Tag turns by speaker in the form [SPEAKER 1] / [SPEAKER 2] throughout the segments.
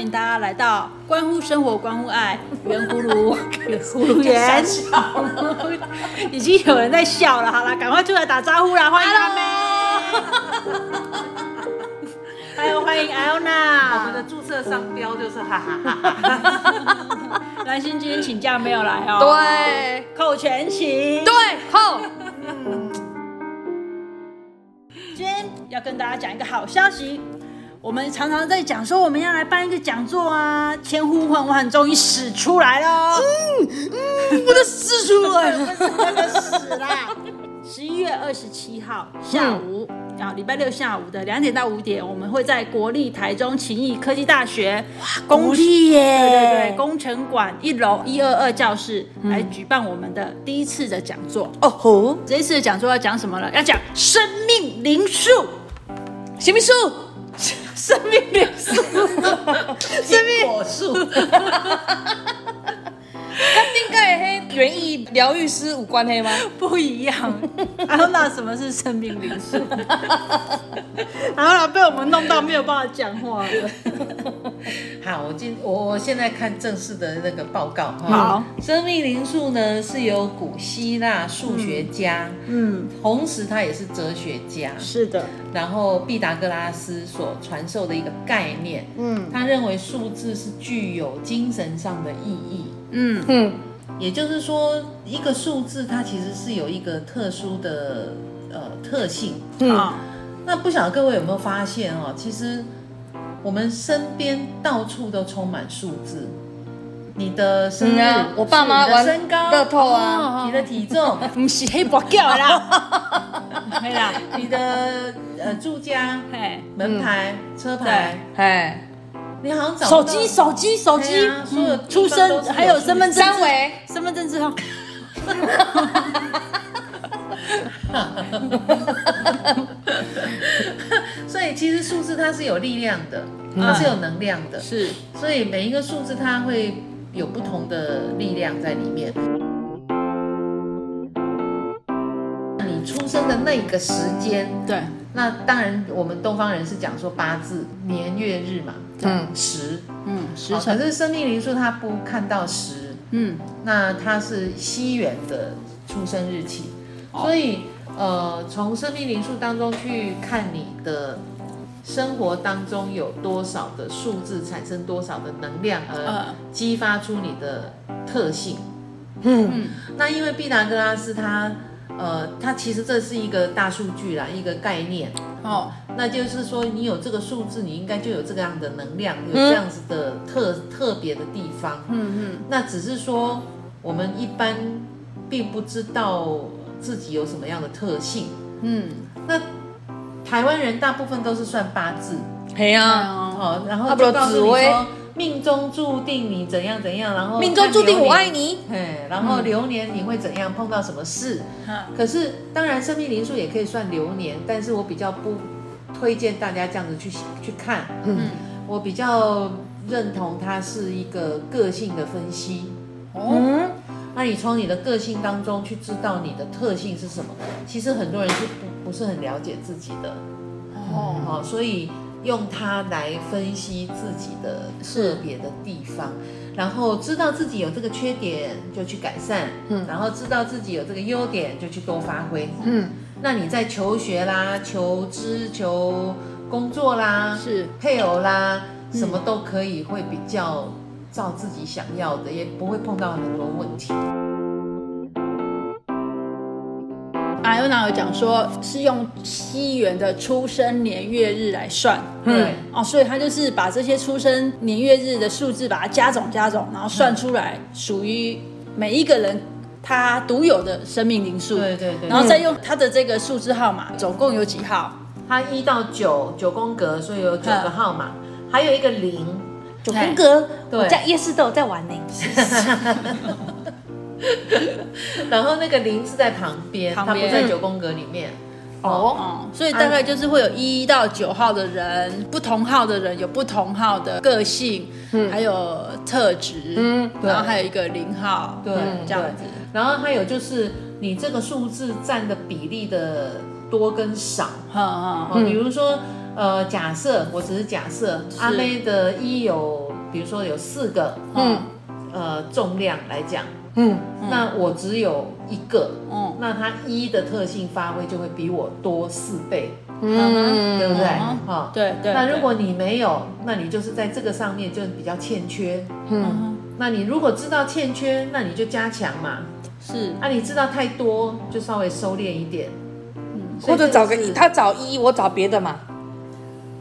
[SPEAKER 1] 迎大家来到关乎生活、关乎 爱圆葫芦圆葫芦园。 已经有人在笑了，好啦，赶快出来打招呼啦，欢迎阿妹， 还有欢迎艾欧
[SPEAKER 2] 我们的
[SPEAKER 1] 娜。
[SPEAKER 2] 注册商标就是哈哈哈哈。
[SPEAKER 1] 蓝心今天请假没有来哦，，
[SPEAKER 3] 对
[SPEAKER 1] 扣全勤。
[SPEAKER 3] 对后，
[SPEAKER 1] 今天要跟大家讲一个好消息。我们常常在讲说我们要来办一个讲座啊，千呼万唤终于使出来了，
[SPEAKER 3] 嗯我的试出来了。
[SPEAKER 1] 那个使啦！ 十一月二十七号下午、啊，礼拜六下午的两点到五点，我们会在国立台中勤益科技大学工
[SPEAKER 3] 立耶
[SPEAKER 1] 对
[SPEAKER 3] 哎
[SPEAKER 1] 对对工程馆一楼一二二教室、来举办我们的第一次的讲座。
[SPEAKER 3] 嗯哦吼，
[SPEAKER 1] 这一次的讲座要讲什么了？要讲生命灵数。
[SPEAKER 3] 行秘书，
[SPEAKER 1] 生命灵 数，生命果树，
[SPEAKER 3] 应该黑园艺疗愈师有关黑吗？
[SPEAKER 1] 不一 样。阿欧娜，什么是生命灵数？阿欧娜被我们弄到没有办法讲话了。
[SPEAKER 2] 好，我今我我现在看正式的那个报告哈。
[SPEAKER 1] 好
[SPEAKER 2] 生命灵数呢是由古希腊数学家，
[SPEAKER 1] 嗯，
[SPEAKER 2] 同时他也是哲学家，
[SPEAKER 1] 是的，
[SPEAKER 2] 然后毕达哥拉斯所传授的一个概念。
[SPEAKER 1] 嗯
[SPEAKER 2] 他认为数字是具有精神上的意义，
[SPEAKER 1] 嗯
[SPEAKER 3] 嗯，
[SPEAKER 2] 也就是说，一个数字它其实是有一个特殊的呃特性。
[SPEAKER 3] 嗯
[SPEAKER 1] 好，
[SPEAKER 2] 那不晓得各位有没有发现哦，其实我们身边到处都充满数字。你的生日，
[SPEAKER 3] 嗯啊我爸妈
[SPEAKER 2] 你的
[SPEAKER 3] 玩
[SPEAKER 2] 身高，
[SPEAKER 3] 乐透啊
[SPEAKER 2] 哦你的体重，
[SPEAKER 1] 不是黑白叫的 啦，嘿啦，
[SPEAKER 2] 你的呃住家、
[SPEAKER 1] 嘿，
[SPEAKER 2] 门牌、
[SPEAKER 3] 嗯
[SPEAKER 2] 车牌，
[SPEAKER 3] 哎，
[SPEAKER 2] 你好像找
[SPEAKER 1] 手
[SPEAKER 2] 不到
[SPEAKER 1] 机，手机，手
[SPEAKER 2] 对
[SPEAKER 1] 机嗯
[SPEAKER 2] 啊所有，地方
[SPEAKER 1] 出
[SPEAKER 2] 都
[SPEAKER 1] 生
[SPEAKER 2] 是有
[SPEAKER 1] 还有身份证字
[SPEAKER 3] 三维，
[SPEAKER 1] 身份证字号。
[SPEAKER 2] 嗯所以其实数字它是有力量的，
[SPEAKER 3] 嗯
[SPEAKER 2] 它是有能量的，
[SPEAKER 1] 是，
[SPEAKER 2] 所以每一个数字它会有不同的力量在里面。你出生的那个时间，
[SPEAKER 1] 对，
[SPEAKER 2] 那当然我们东方人是讲说八字、年月日嘛，
[SPEAKER 3] 嗯
[SPEAKER 2] 时
[SPEAKER 1] 嗯，时
[SPEAKER 2] 好
[SPEAKER 1] 辰，
[SPEAKER 2] 可是生命灵数它不看到时，
[SPEAKER 1] 嗯，
[SPEAKER 2] 那它是西元的出生日期，所以呃，从生命灵数当中去看你的生活当中有多少的数字产生多少的能量，而
[SPEAKER 1] 呃，
[SPEAKER 2] 激发出你的特性。
[SPEAKER 3] 嗯
[SPEAKER 1] 嗯，
[SPEAKER 2] 那因为毕达哥拉斯他呃，他其实这是一个大数据啦，一个概念。
[SPEAKER 1] 哦，
[SPEAKER 2] 那就是说，你有这个数字，你应该就有这样的能量，
[SPEAKER 3] 嗯
[SPEAKER 2] 有这样子的特、特别的地方。
[SPEAKER 1] 嗯
[SPEAKER 2] 那只是说，我们一般并不知道自己有什么样的特性。
[SPEAKER 1] 嗯嗯，
[SPEAKER 2] 那台湾人大部分都是算八字，
[SPEAKER 3] 嘿啊，
[SPEAKER 1] 哦，
[SPEAKER 2] 哦，然
[SPEAKER 3] 啊
[SPEAKER 2] 后
[SPEAKER 3] 不
[SPEAKER 2] 就
[SPEAKER 3] 然
[SPEAKER 2] 告诉
[SPEAKER 3] 紫
[SPEAKER 2] 你
[SPEAKER 3] 薇
[SPEAKER 2] 说命中注定你怎样怎样，然后
[SPEAKER 3] 命中注定我爱
[SPEAKER 2] 哦你，
[SPEAKER 3] 你。
[SPEAKER 2] 嘿，然后流年你会怎样碰到什么事？
[SPEAKER 1] 嗯
[SPEAKER 2] 可是当然，生命灵数也可以算流年，但是我比较不推荐大家这样子去去看，
[SPEAKER 1] 嗯，
[SPEAKER 2] 我比较认同它是一个个性的分析。
[SPEAKER 1] 哦，
[SPEAKER 3] 嗯，
[SPEAKER 2] 那你从你的个性当中去知道你的特性是什么？其实很多人是不不是很了解自己的
[SPEAKER 1] 哦。
[SPEAKER 2] 哦，所以用它来分析自己的特别的地方，然后知道自己有这个缺点就去改善，嗯，然后知道自己有这个优点就去多发挥，
[SPEAKER 3] 嗯，
[SPEAKER 2] 那你在求学啦、求知、求工作啦、
[SPEAKER 1] 是
[SPEAKER 2] 配偶啦，什么都可以，会比较照自己想要的，也不会碰到很多问题。
[SPEAKER 1] 阿尤娜有讲说是用西元的出生年月日来算，
[SPEAKER 2] 对
[SPEAKER 1] 哦，所以他就是把这些出生年月日的数字把它加总加总，然后算出来属于每一个人他独有的生命灵数，
[SPEAKER 2] 对对对
[SPEAKER 1] 然后再用他的这个数字号码，总共有几号？
[SPEAKER 2] 它一到九九宫格，所以有九个号码，还有一个零。
[SPEAKER 3] 九
[SPEAKER 1] 宫
[SPEAKER 3] 格，
[SPEAKER 2] 对我在
[SPEAKER 3] 夜市都有在玩呢。
[SPEAKER 2] 然后那个零是在旁边，
[SPEAKER 1] 旁
[SPEAKER 2] 它不
[SPEAKER 1] 边
[SPEAKER 2] 在九宫格里面。
[SPEAKER 3] 哦，
[SPEAKER 2] 嗯
[SPEAKER 1] 哦，所以大概就是会有一到九号的人，不同号的人有不同号的个性，还有特质，
[SPEAKER 3] 嗯
[SPEAKER 2] 嗯对
[SPEAKER 1] 然后还有一个零号，
[SPEAKER 2] 对
[SPEAKER 1] 嗯这样
[SPEAKER 2] 对
[SPEAKER 1] 子，
[SPEAKER 2] 然后还有就是你这个数字占的比例的多跟少。
[SPEAKER 1] 嗯嗯，
[SPEAKER 2] 哦，比如说，呃，假设我只是假设阿妹的一有比如说有四个，
[SPEAKER 1] 嗯
[SPEAKER 3] 嗯
[SPEAKER 2] 呃，重量来讲，
[SPEAKER 3] 嗯，
[SPEAKER 1] 嗯
[SPEAKER 2] 那我只有一个，
[SPEAKER 1] 嗯
[SPEAKER 2] 那它一的特性发挥就会比我多四倍，
[SPEAKER 3] 嗯
[SPEAKER 2] 对不对？
[SPEAKER 1] 嗯
[SPEAKER 2] 哈、
[SPEAKER 1] 对对。
[SPEAKER 2] 那如果你没有，那你就是在这个上面就比较欠缺。
[SPEAKER 3] 嗯
[SPEAKER 1] 嗯
[SPEAKER 2] 那你如果知道欠缺，那你就加强嘛。
[SPEAKER 1] 是
[SPEAKER 2] 啊，你知道太多，就稍微收敛一点。嗯，所
[SPEAKER 3] 或
[SPEAKER 2] 以
[SPEAKER 3] 者
[SPEAKER 2] 这
[SPEAKER 3] 找个
[SPEAKER 2] 是
[SPEAKER 3] 他找一，我找别的嘛，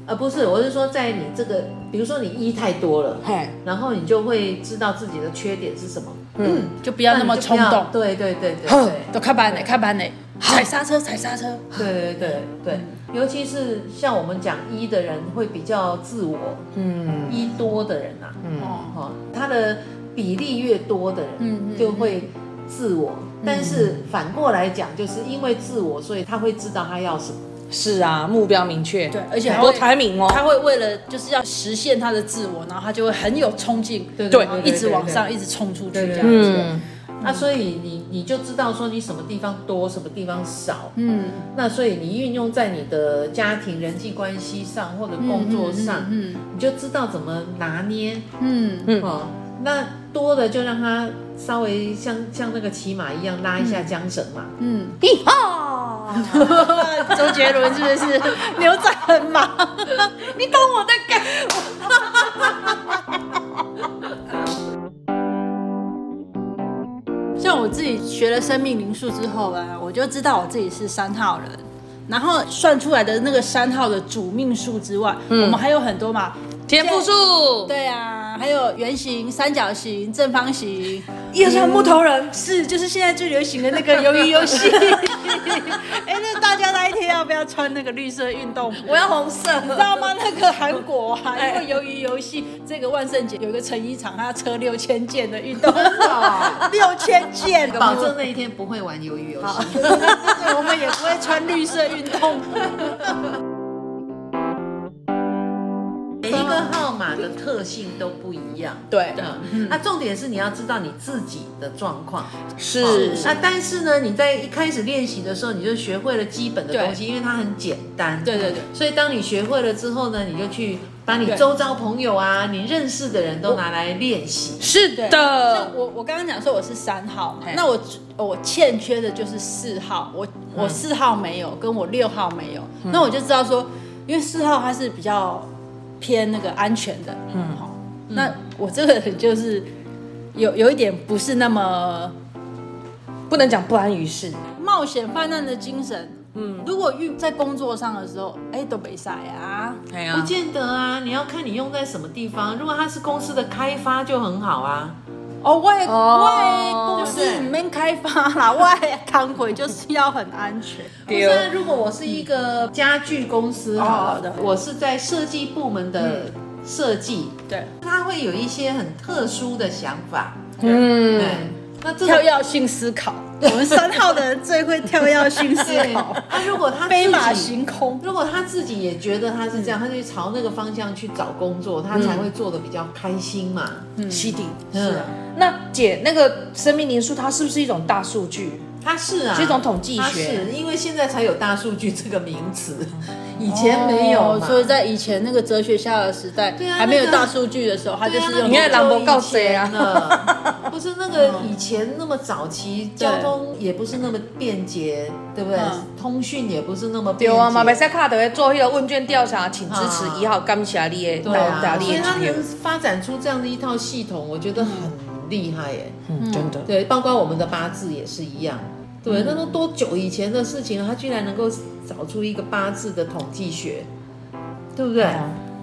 [SPEAKER 2] 呃，不是，我是说在你这个，比如说你一太多了，
[SPEAKER 3] 嘿，
[SPEAKER 2] 然后你就会知道自己的缺点是什么，
[SPEAKER 3] 嗯，
[SPEAKER 1] 就不要那么
[SPEAKER 2] 你就
[SPEAKER 1] 冲
[SPEAKER 2] 不要
[SPEAKER 1] 动，
[SPEAKER 2] 对对对对
[SPEAKER 3] 哼
[SPEAKER 2] 对，
[SPEAKER 3] 都开班呢，开班呢，踩刹车，踩刹车，
[SPEAKER 2] 对对对对，尤其是像我们讲一的人会比较自我，
[SPEAKER 3] 嗯
[SPEAKER 2] 一多的人啊，
[SPEAKER 1] 哦
[SPEAKER 2] 哈、他的比例越多的人，
[SPEAKER 1] 嗯嗯
[SPEAKER 2] 就会自我。但是反过来讲，就是因为自我，所以他会知道他要什么。
[SPEAKER 3] 是啊，目标明确，
[SPEAKER 1] 对而且还
[SPEAKER 3] 多
[SPEAKER 1] 会
[SPEAKER 3] 排名
[SPEAKER 1] 他
[SPEAKER 3] 哦，
[SPEAKER 1] 会为了就是要实现他的自我，然后他就会很有冲劲，
[SPEAKER 2] 对
[SPEAKER 3] 对
[SPEAKER 1] 然后一直往上，。一直冲出去
[SPEAKER 2] 对
[SPEAKER 1] 这
[SPEAKER 2] 对
[SPEAKER 1] 样
[SPEAKER 2] 对
[SPEAKER 1] 子。
[SPEAKER 3] 嗯
[SPEAKER 2] 那所以你你就知道说你什么地方多，什么地方少。
[SPEAKER 1] 嗯，
[SPEAKER 2] 那所以你运用在你的家庭人际关系上或者工作上，
[SPEAKER 1] 嗯
[SPEAKER 2] 你就知道怎么拿捏。
[SPEAKER 1] 嗯
[SPEAKER 3] 嗯
[SPEAKER 2] 哦，那多的就让它稍微像像那个骑马一样拉一下缰绳嘛。
[SPEAKER 1] 嗯
[SPEAKER 3] 嘿哈，
[SPEAKER 1] 嗯，周杰伦是不是 牛仔很 忙？
[SPEAKER 3] 你懂我在干。
[SPEAKER 1] 像我自己学了生命灵数之后啊，我就知道我自己是三号人，然后算出来的那个三号的主命数之外，我们还有很多嘛。
[SPEAKER 3] 天赋树，
[SPEAKER 1] 对啊，还有圆形、三角形、正方 形，
[SPEAKER 3] 也算木头人，
[SPEAKER 1] 是就是现在最流行的那个鱿鱼游戏。 哎、那大家那一天要不要穿那个绿色运动服？
[SPEAKER 3] 我要红色，
[SPEAKER 1] 你知道吗？那个韩国啊，因为鱿鱼游戏，这个万圣节有一个成衣厂，他车六千件的运动，六千 件，
[SPEAKER 2] 保证那一天不会玩鱿鱼游戏。
[SPEAKER 1] 对我们也不会穿绿色运动服。
[SPEAKER 2] 每一个号码的特性都不一样。
[SPEAKER 3] 对，
[SPEAKER 2] 嗯，那、重点是你要知道你自己的状况。哦
[SPEAKER 3] 是
[SPEAKER 2] 那、但是呢，你在一开始练习的时候，你就学会了基本的东西，因为它很简单。
[SPEAKER 1] 对对对。
[SPEAKER 2] 所以当你学会了之后呢，你就去把你
[SPEAKER 1] 对
[SPEAKER 2] 周遭朋友啊、你认识的人都拿来练习。
[SPEAKER 3] 是
[SPEAKER 1] 对
[SPEAKER 3] 的
[SPEAKER 1] 像，我我刚刚讲说我是三号嘛
[SPEAKER 3] 呃嘿，
[SPEAKER 1] 那我呃我欠缺的就是四号，我我四号没有，跟我六号没有，那我就知道说，因为四号它是比较偏那个安全的，嗯，好，那我这个人就是有有一点不是那么
[SPEAKER 3] 不能讲不安于世，
[SPEAKER 1] 冒险泛滥的精神。嗯，如果遇在工作上的时候，哎、都没晒啊，
[SPEAKER 3] 哎
[SPEAKER 2] 不见得啊，你要看你用在什么地方。如果它是公司的开发就很好啊。
[SPEAKER 1] 哦，外
[SPEAKER 3] 哦
[SPEAKER 1] 外公司
[SPEAKER 2] 对不对
[SPEAKER 1] 里面开发啦，外康回就是要很安全。
[SPEAKER 2] 不是啊，如果我是一个家具公司，
[SPEAKER 1] 哦嗯
[SPEAKER 2] 好
[SPEAKER 1] 好的
[SPEAKER 2] 的，我是在设计部门的设计，
[SPEAKER 1] 对，
[SPEAKER 2] 他会有一些很特殊的想法。
[SPEAKER 3] 嗯
[SPEAKER 2] 对，那这
[SPEAKER 1] 跳
[SPEAKER 2] 种
[SPEAKER 1] 跃性思考，我们三号的人最会跳跃性思
[SPEAKER 2] 对，
[SPEAKER 1] 考，
[SPEAKER 2] 那如果他
[SPEAKER 1] 飞马
[SPEAKER 2] 自己，
[SPEAKER 1] 行空。
[SPEAKER 2] 如果他自己也觉得他是这样，他就朝那个方向去找工作，他才会做的比较开心嘛。
[SPEAKER 3] 西底。
[SPEAKER 1] 嗯是啊
[SPEAKER 2] 嗯，
[SPEAKER 3] 那姐，那个生命灵数它是不是一种大数据？
[SPEAKER 2] 他是啊，
[SPEAKER 3] 是一种统计学
[SPEAKER 2] 他是因为现在才有大数据这个名词， 以前没有
[SPEAKER 1] 嗯哦
[SPEAKER 2] 嘛。啊
[SPEAKER 1] 所以在以前那个哲学家的时代，
[SPEAKER 2] 对啊
[SPEAKER 1] 还没有
[SPEAKER 2] 那个
[SPEAKER 1] 大数据的时候，他
[SPEAKER 2] 对
[SPEAKER 1] 就
[SPEAKER 2] 啊
[SPEAKER 1] 是用
[SPEAKER 3] 你看
[SPEAKER 2] 那
[SPEAKER 3] 兰
[SPEAKER 2] 个
[SPEAKER 3] 博告
[SPEAKER 2] 很久以
[SPEAKER 3] 谁啊
[SPEAKER 2] 前了不是那个
[SPEAKER 1] 嗯
[SPEAKER 2] 以前那么早期，交通也不是那么便捷，对不对
[SPEAKER 1] 嗯？
[SPEAKER 2] 通讯也不是那么便
[SPEAKER 3] 对
[SPEAKER 2] 捷。
[SPEAKER 3] 啊，嘛，马赛卡德会做迄个问卷调查，请支持
[SPEAKER 2] 啊
[SPEAKER 3] 一号感谢你的到
[SPEAKER 2] 对
[SPEAKER 3] 达
[SPEAKER 2] 啊，
[SPEAKER 3] 你
[SPEAKER 2] 所以
[SPEAKER 3] 的
[SPEAKER 2] 他
[SPEAKER 3] 支
[SPEAKER 2] 能
[SPEAKER 3] 票。
[SPEAKER 2] 发展出这样的一套系统，我觉得很厉害耶。
[SPEAKER 3] 嗯，真的。
[SPEAKER 2] 对，包括我们的八字也是一样。对，那都多久以前的事情了？他居然能够找出一个八字的统计学，对不对？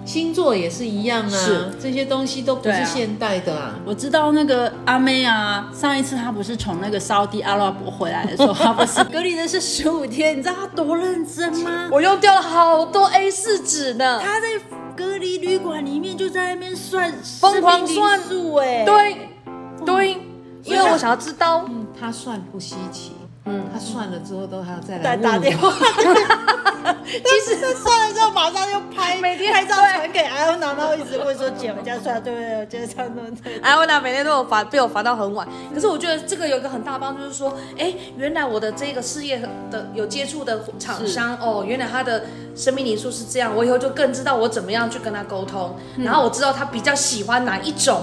[SPEAKER 2] 星座也是一样啊，
[SPEAKER 3] 是
[SPEAKER 2] 这些东西都不
[SPEAKER 1] 对啊
[SPEAKER 2] 是现代的啊。
[SPEAKER 1] 我知道那个阿妹啊，上一次她不是从那个沙地阿拉伯回来的时候，她不是 隔离的是十五天，你知道她多认真吗？
[SPEAKER 3] 我用掉了好多 A 四纸呢。
[SPEAKER 1] 她在隔离旅馆里面就在那边算
[SPEAKER 3] 疯狂算
[SPEAKER 1] 数，哎，
[SPEAKER 3] 对，对，因为我想要知道。
[SPEAKER 2] 嗯，他算不稀奇，嗯，他 算了之后都还要再来
[SPEAKER 1] 再打
[SPEAKER 2] 问我
[SPEAKER 1] 电话，其实算了之后马上就拍
[SPEAKER 3] 每天
[SPEAKER 1] 拍照
[SPEAKER 3] 对
[SPEAKER 1] 传给艾欧娜，然后一直问说姐，我家算对不对？我家算对不对？
[SPEAKER 3] 哎，我俩每天都有罚，被我罚到很晚。可是我觉得这个有一个很大帮助，就是说，哎，原来我的这个事业的有接触的厂商，哦，原来他的生命灵数是这样，我以后就更知道我怎么样去跟他沟通，
[SPEAKER 1] 嗯
[SPEAKER 3] 然后我知道他比较喜欢哪一种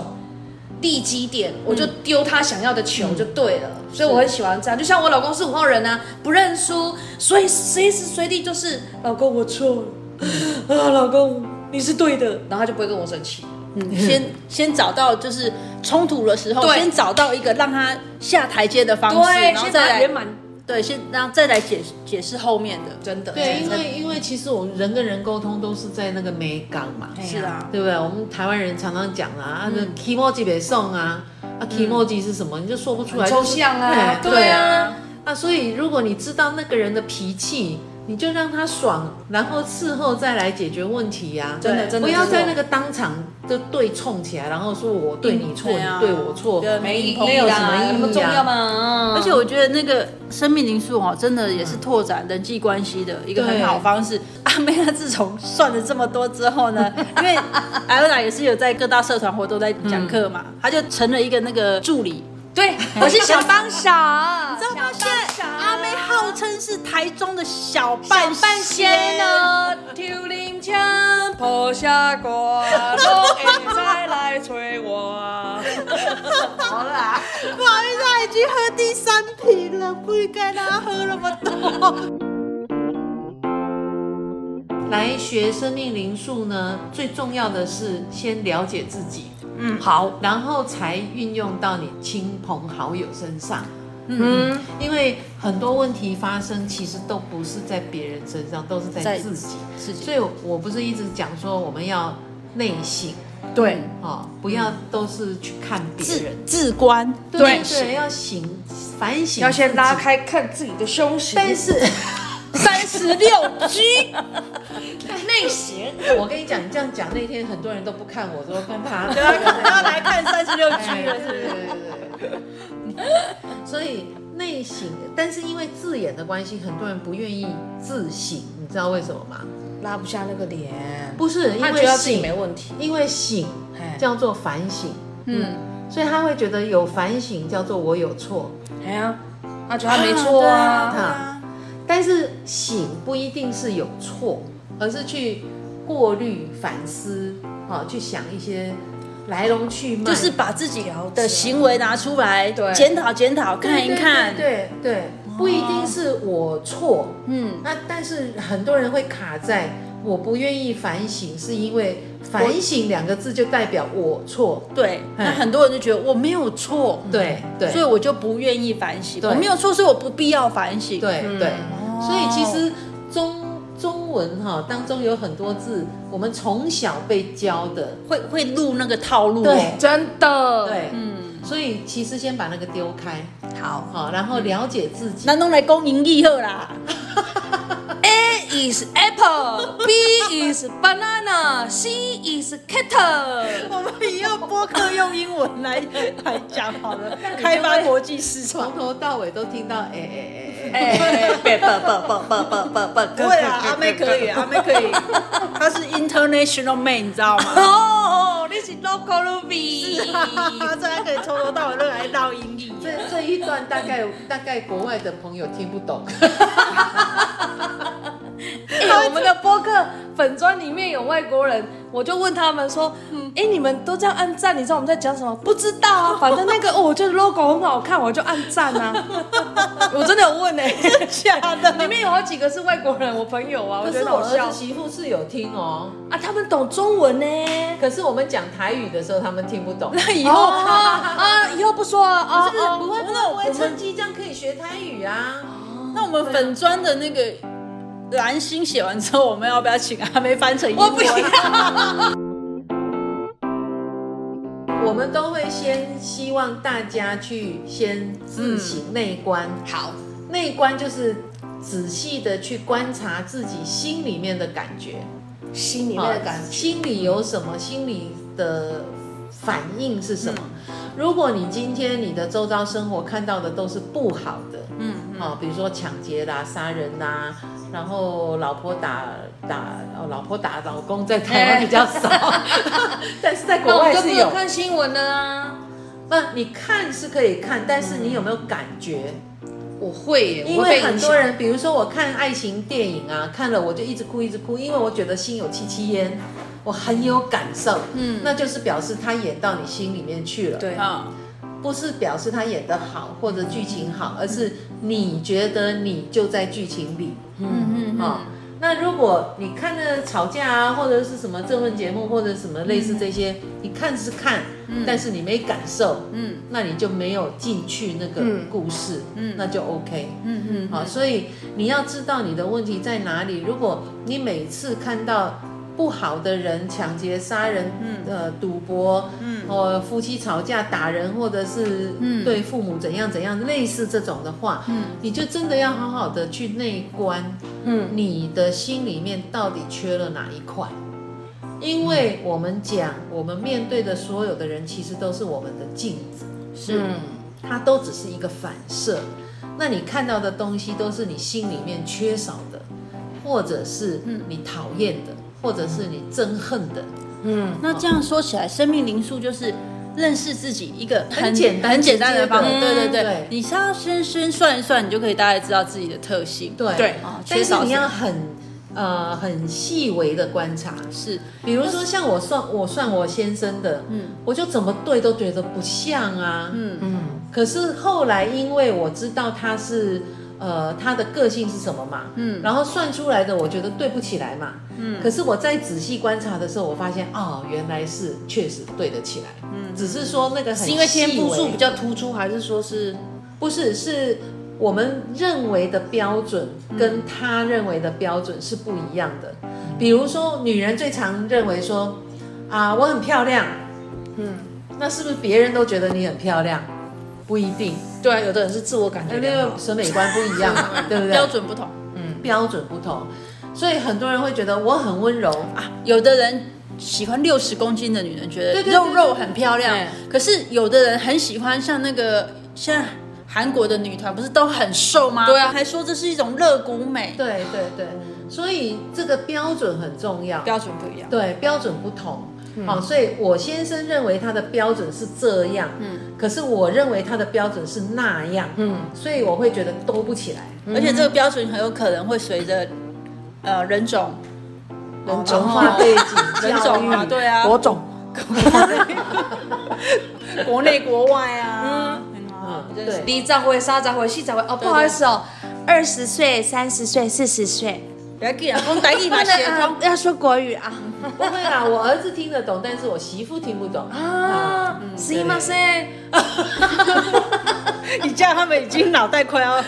[SPEAKER 3] 地基点，我
[SPEAKER 1] 嗯
[SPEAKER 3] 就丢他想要的球就对了。所以我很喜欢这样，就像我老公是五号人啊，不认输，所以随时随地就是老公我错了，啊，老公你是对的，然后他就不会跟我生气。
[SPEAKER 1] 嗯，先先找到就是冲突的时候，
[SPEAKER 3] 对
[SPEAKER 1] 先找到一个让他下台阶的方式，
[SPEAKER 3] 对，
[SPEAKER 1] 然后
[SPEAKER 3] 先
[SPEAKER 1] 再
[SPEAKER 3] 把它
[SPEAKER 1] 来
[SPEAKER 3] 圆满
[SPEAKER 1] 对，先然后再来解解释后面的。
[SPEAKER 3] 真的，
[SPEAKER 2] 对，
[SPEAKER 3] 真
[SPEAKER 2] 因
[SPEAKER 3] 的
[SPEAKER 2] 为因为其实我们人跟人沟通都是在那个美港嘛，
[SPEAKER 3] 是啊，
[SPEAKER 2] 对不对？我们台湾人常常讲
[SPEAKER 3] 嗯
[SPEAKER 2] 啊，啊，那 k i m o j i 北宋啊，啊 k i m o j i 是什么？你就说不出来，
[SPEAKER 3] 抽象啊
[SPEAKER 2] 哎，
[SPEAKER 3] 对啊，
[SPEAKER 2] 啊，所以如果你知道那个人的脾气，你就让他爽，然后事后再来解决问题呀、
[SPEAKER 3] 真的
[SPEAKER 1] 对
[SPEAKER 3] 真的
[SPEAKER 2] 不要在那
[SPEAKER 3] 个
[SPEAKER 2] 个当场就对冲起来，然后说我对你错，
[SPEAKER 1] 对啊
[SPEAKER 2] 你对我错，
[SPEAKER 3] 没意义
[SPEAKER 2] 没有什
[SPEAKER 3] 啦
[SPEAKER 2] 么意义啊
[SPEAKER 3] 那么重要嗯吗？
[SPEAKER 1] 啊而且我觉得那个生命灵数哦，真的也是拓展人际关系的一个很好方式。 阿妹她自从算了这么多之后呢，因为艾欧娜也是有在各大社团活动在讲课嘛，她就成了一个那个助理。
[SPEAKER 3] 对，我是小帮手，你
[SPEAKER 1] 知道吗？现在阿妹号称是台中的小
[SPEAKER 3] 半
[SPEAKER 1] 半哦
[SPEAKER 3] 半仙呢，丢林枪破下瓜，龙眼再来催我。好啦，
[SPEAKER 1] 不好意思，她已经喝第三瓶了，啊不应该让她喝那么多。
[SPEAKER 2] 来学生命灵数呢，最重要的是先了解自己，嗯，好，然后才运用到你亲朋好友身上，嗯，因为很多问题发生，其实都不是在别人身上，都是在
[SPEAKER 1] 在
[SPEAKER 2] 自己。
[SPEAKER 1] 自己
[SPEAKER 2] 所以我不是一直讲说我们要内省
[SPEAKER 1] 对
[SPEAKER 2] 哦，不要都是去看别
[SPEAKER 1] 自
[SPEAKER 2] 人，
[SPEAKER 1] 自观
[SPEAKER 2] 对对，要醒反省，
[SPEAKER 3] 要先拉。开看自己的胸型，
[SPEAKER 2] 但是
[SPEAKER 1] 三十六 G，
[SPEAKER 3] 内型
[SPEAKER 2] 我跟你讲，你这样讲那天很多人都不看我，都看他，
[SPEAKER 1] 不 要来看三十六 G
[SPEAKER 2] 对
[SPEAKER 1] 了，
[SPEAKER 2] 对
[SPEAKER 1] 是不是？
[SPEAKER 2] 对对对。所以内省，但是因为字眼的关系，很多人不愿意自省，你知道为什么吗？
[SPEAKER 3] 拉不下那个脸，
[SPEAKER 2] 不是因
[SPEAKER 3] 他
[SPEAKER 2] 为
[SPEAKER 3] 觉得自己
[SPEAKER 2] 醒
[SPEAKER 3] 没，问题，
[SPEAKER 2] 因为醒
[SPEAKER 3] 哎
[SPEAKER 2] 叫做反省，
[SPEAKER 1] 嗯，
[SPEAKER 2] 所以他会觉得有反省叫做我有错，
[SPEAKER 3] 哎呀，他觉得他没错啊，
[SPEAKER 1] 对啊
[SPEAKER 2] 但是醒不一定是有错，而是去过滤、反思，啊，去想一些来龙去脉，
[SPEAKER 1] 就是把自己的行为拿出来，
[SPEAKER 3] 对
[SPEAKER 1] 检讨检讨，看一看，
[SPEAKER 2] 对对对对不一定是我错，
[SPEAKER 1] 嗯，
[SPEAKER 2] 那但是很多人会卡在我不愿意反省，是因为反省两个字就代表我错。
[SPEAKER 1] 对。那很多人就觉得我没有错，
[SPEAKER 2] 嗯对对
[SPEAKER 1] 所以我就不愿意反省，
[SPEAKER 2] 对
[SPEAKER 1] 我没有错，所以我不必要反省。
[SPEAKER 2] 对
[SPEAKER 3] 嗯
[SPEAKER 2] 对，所以其实中中文哈、当中有很多字，我们从小被教的，
[SPEAKER 1] 会会录那个套路、哦。
[SPEAKER 2] 对
[SPEAKER 3] 真的，
[SPEAKER 2] 对，
[SPEAKER 1] 嗯，
[SPEAKER 2] 所以其实先把那个丢开，
[SPEAKER 3] 好。
[SPEAKER 2] 好，嗯然后了解自己。
[SPEAKER 1] 那弄来公营利后 啦，
[SPEAKER 3] A is apple, B is banana, C is kettle。
[SPEAKER 1] 我们以后播客用英文来来讲好了，开发国际市场
[SPEAKER 2] 从。头到尾都听到哎哎哎哎，
[SPEAKER 3] 哎，别不不不不不不不，
[SPEAKER 1] 不会啊，阿妹可以，阿妹可以，她是 international man，你知道吗？
[SPEAKER 3] 哦，你是 local ruby。
[SPEAKER 1] 所以 她可以从头到尾都来绕英译。
[SPEAKER 2] 这这一段大概大概国外的朋友听不懂，
[SPEAKER 3] 哎，我们的播客粉砖里面有外国人，我就问他们说，哎，你们都这样按赞，你知道我们在讲什么？不知道啊，反正那个哦，我觉得 logo 很好看，我就按赞啊。我真的有问哎，
[SPEAKER 1] 假
[SPEAKER 3] 里
[SPEAKER 1] 的，
[SPEAKER 3] 面有好几个是外国人，我朋友啊，我
[SPEAKER 2] 可
[SPEAKER 3] 觉
[SPEAKER 2] 是
[SPEAKER 3] 得
[SPEAKER 2] 我
[SPEAKER 3] 好
[SPEAKER 2] 儿
[SPEAKER 3] 笑
[SPEAKER 2] 子媳妇是有听哦。
[SPEAKER 3] 啊，他们懂中文呢。
[SPEAKER 2] 可是我们讲台语的时候，他们听不 懂。
[SPEAKER 1] 那以
[SPEAKER 3] 以后
[SPEAKER 1] 后
[SPEAKER 3] 啊啊，以后不说啊啊
[SPEAKER 2] 不是
[SPEAKER 3] 啊！
[SPEAKER 2] 不 会，不
[SPEAKER 1] 那我
[SPEAKER 2] 会，我
[SPEAKER 1] 们
[SPEAKER 2] 会趁机这样可以学台语啊。
[SPEAKER 1] 那我们粉砖的那个蓝星写完之后，我们要不要请阿妹翻成英文？
[SPEAKER 3] 我不要
[SPEAKER 2] 我们都会先希望大家去先自行内观，
[SPEAKER 3] 好，
[SPEAKER 2] 内观就是仔细的去观察自己心里面的感觉，
[SPEAKER 3] 心里
[SPEAKER 2] 里
[SPEAKER 3] 面的感觉，
[SPEAKER 2] 啊心里有什么，心里的反应
[SPEAKER 3] 嗯
[SPEAKER 2] 是什么。如果你今天你的周遭生活看到的都是不好的，
[SPEAKER 1] 嗯嗯，
[SPEAKER 2] 哦，比如说抢劫啦、杀人啦，然后老婆打打哦，老婆打老公在台湾比较少，
[SPEAKER 3] 哎
[SPEAKER 2] 但是在
[SPEAKER 3] 那
[SPEAKER 2] 国
[SPEAKER 3] 我
[SPEAKER 2] 外
[SPEAKER 3] 就是不能
[SPEAKER 2] 有。
[SPEAKER 3] 看新闻了啊！
[SPEAKER 2] 那你看是可以看，但是你有没有感觉？
[SPEAKER 3] 我会耶，
[SPEAKER 2] 因
[SPEAKER 3] 我会
[SPEAKER 2] 为
[SPEAKER 3] 被影
[SPEAKER 2] 很
[SPEAKER 3] 响
[SPEAKER 2] 多人，比如说我看爱情电影啊，看了我就一直哭一直哭，因为我觉得心有戚戚焉，我很有感受。嗯，那就是表示他演到你心里面去了。
[SPEAKER 3] 对
[SPEAKER 1] 啊，
[SPEAKER 2] 不是表示他演得好或者剧情好，而是你觉得你就在剧情里
[SPEAKER 1] 嗯嗯
[SPEAKER 2] 啊、那如果你看着吵架啊，或者是什么政论节目，或者什么类似这些，你看是看，但是你没感受，
[SPEAKER 1] 嗯
[SPEAKER 2] 那你就没有进去那个
[SPEAKER 3] 嗯
[SPEAKER 2] 故事，
[SPEAKER 1] 嗯
[SPEAKER 2] 那就 OK。
[SPEAKER 1] 嗯嗯，
[SPEAKER 2] 好，所以你要知道你的问题在哪里。如果你每次看到不好的人抢劫、杀人、
[SPEAKER 1] 嗯
[SPEAKER 2] 呃赌博、
[SPEAKER 1] 嗯
[SPEAKER 2] 呃夫妻吵架、打人，或者是
[SPEAKER 1] 嗯
[SPEAKER 2] 对父母怎样怎样，类似这种的话，
[SPEAKER 1] 嗯
[SPEAKER 2] 你就真的要好好的去内观，
[SPEAKER 3] 嗯，
[SPEAKER 2] 你的心里面到底缺了哪一块？因
[SPEAKER 1] 嗯
[SPEAKER 2] 为我们讲，我们面对的所有的人，其实都是我们的镜子。嗯
[SPEAKER 1] 是
[SPEAKER 2] 它都只是一个反射。那你看到的东西都是你心里面缺少的，或者是你讨厌的，或者是你憎恨的。
[SPEAKER 3] 嗯，
[SPEAKER 1] 那这样说起来，生命灵数就是认识自己一个
[SPEAKER 2] 很简单
[SPEAKER 1] 很简单的方法。
[SPEAKER 2] 直接的
[SPEAKER 1] 对对对
[SPEAKER 2] 对，
[SPEAKER 1] 你是要先先算一算，你就可以大概知道自己的特性。
[SPEAKER 2] 对哦
[SPEAKER 3] 对
[SPEAKER 1] 啊，缺
[SPEAKER 2] 但是
[SPEAKER 1] 少
[SPEAKER 2] 你
[SPEAKER 1] 什么
[SPEAKER 2] 要很呃很细微的观察，
[SPEAKER 1] 是
[SPEAKER 2] 比如说像我算我算我先生的，
[SPEAKER 1] 嗯
[SPEAKER 2] 我就怎么对都觉得不像啊。
[SPEAKER 1] 嗯
[SPEAKER 3] 嗯，
[SPEAKER 2] 可是后来因为我知道他是呃他的个性是什么嘛，
[SPEAKER 1] 嗯
[SPEAKER 2] 然后算出来的，我觉得对不起来嘛。嗯，可是我在仔细观察的时候，我发现哦，原来是确实对得起来。嗯，只是说那个很
[SPEAKER 3] 是因为天赋
[SPEAKER 2] 细
[SPEAKER 3] 数
[SPEAKER 2] 微
[SPEAKER 3] 比较突出，还是说是
[SPEAKER 2] 不是是我们认为的标准跟他认为的标准是不一样的。比如说，女人最常认为说啊，我很漂亮。嗯，那是不是别人都觉得你很漂亮？不一定，
[SPEAKER 3] 对啊？有的人是自我感觉
[SPEAKER 2] 那
[SPEAKER 3] 良
[SPEAKER 2] 个
[SPEAKER 3] 好，
[SPEAKER 2] 审美观不一样嘛， 对不对？
[SPEAKER 1] 标准不同
[SPEAKER 2] 标准不同，所以很多人会觉得我很温柔，
[SPEAKER 1] 啊，有的人。喜欢六十公斤的女人觉得
[SPEAKER 2] 对对对
[SPEAKER 1] 肉
[SPEAKER 2] 对
[SPEAKER 1] 肉
[SPEAKER 2] 对
[SPEAKER 1] 很漂亮
[SPEAKER 3] 哎，
[SPEAKER 1] 可是有的人很喜欢像那个现在韩国的女团不是都很瘦吗？
[SPEAKER 3] 对啊
[SPEAKER 1] 还说这是一种肋骨美，
[SPEAKER 2] 对对对，所以这个标准很重要，
[SPEAKER 3] 标准不一样。
[SPEAKER 2] 对标准不同。
[SPEAKER 1] 嗯
[SPEAKER 2] 好、所以我先生认为他的标准是这样，
[SPEAKER 1] 嗯
[SPEAKER 2] 嗯，可是我认为他的标准是那样，
[SPEAKER 3] 嗯
[SPEAKER 2] 嗯，所以我会觉得兜不起来，
[SPEAKER 1] 而且这个标准很有可能会随着呃人种、人
[SPEAKER 2] 文
[SPEAKER 1] 种
[SPEAKER 2] 化背景、
[SPEAKER 1] 人
[SPEAKER 2] 教
[SPEAKER 1] 种
[SPEAKER 2] 育，
[SPEAKER 1] 啊，对啊，
[SPEAKER 3] 火种，
[SPEAKER 1] 国内国外啊，
[SPEAKER 2] 嗯
[SPEAKER 1] 嗯，
[SPEAKER 2] 对
[SPEAKER 3] 第一张会，三张会，四张会。哦，不好意思哦，二十岁、三十岁、四十岁，
[SPEAKER 1] 不要给人讲台语嘛，
[SPEAKER 3] 那
[SPEAKER 1] 写通。
[SPEAKER 3] 要说国语啊
[SPEAKER 2] 不会啦，我儿子听得懂，但是我媳妇听不懂啊，
[SPEAKER 3] 啊，是吗？是，
[SPEAKER 1] 你这样他们已经脑袋快要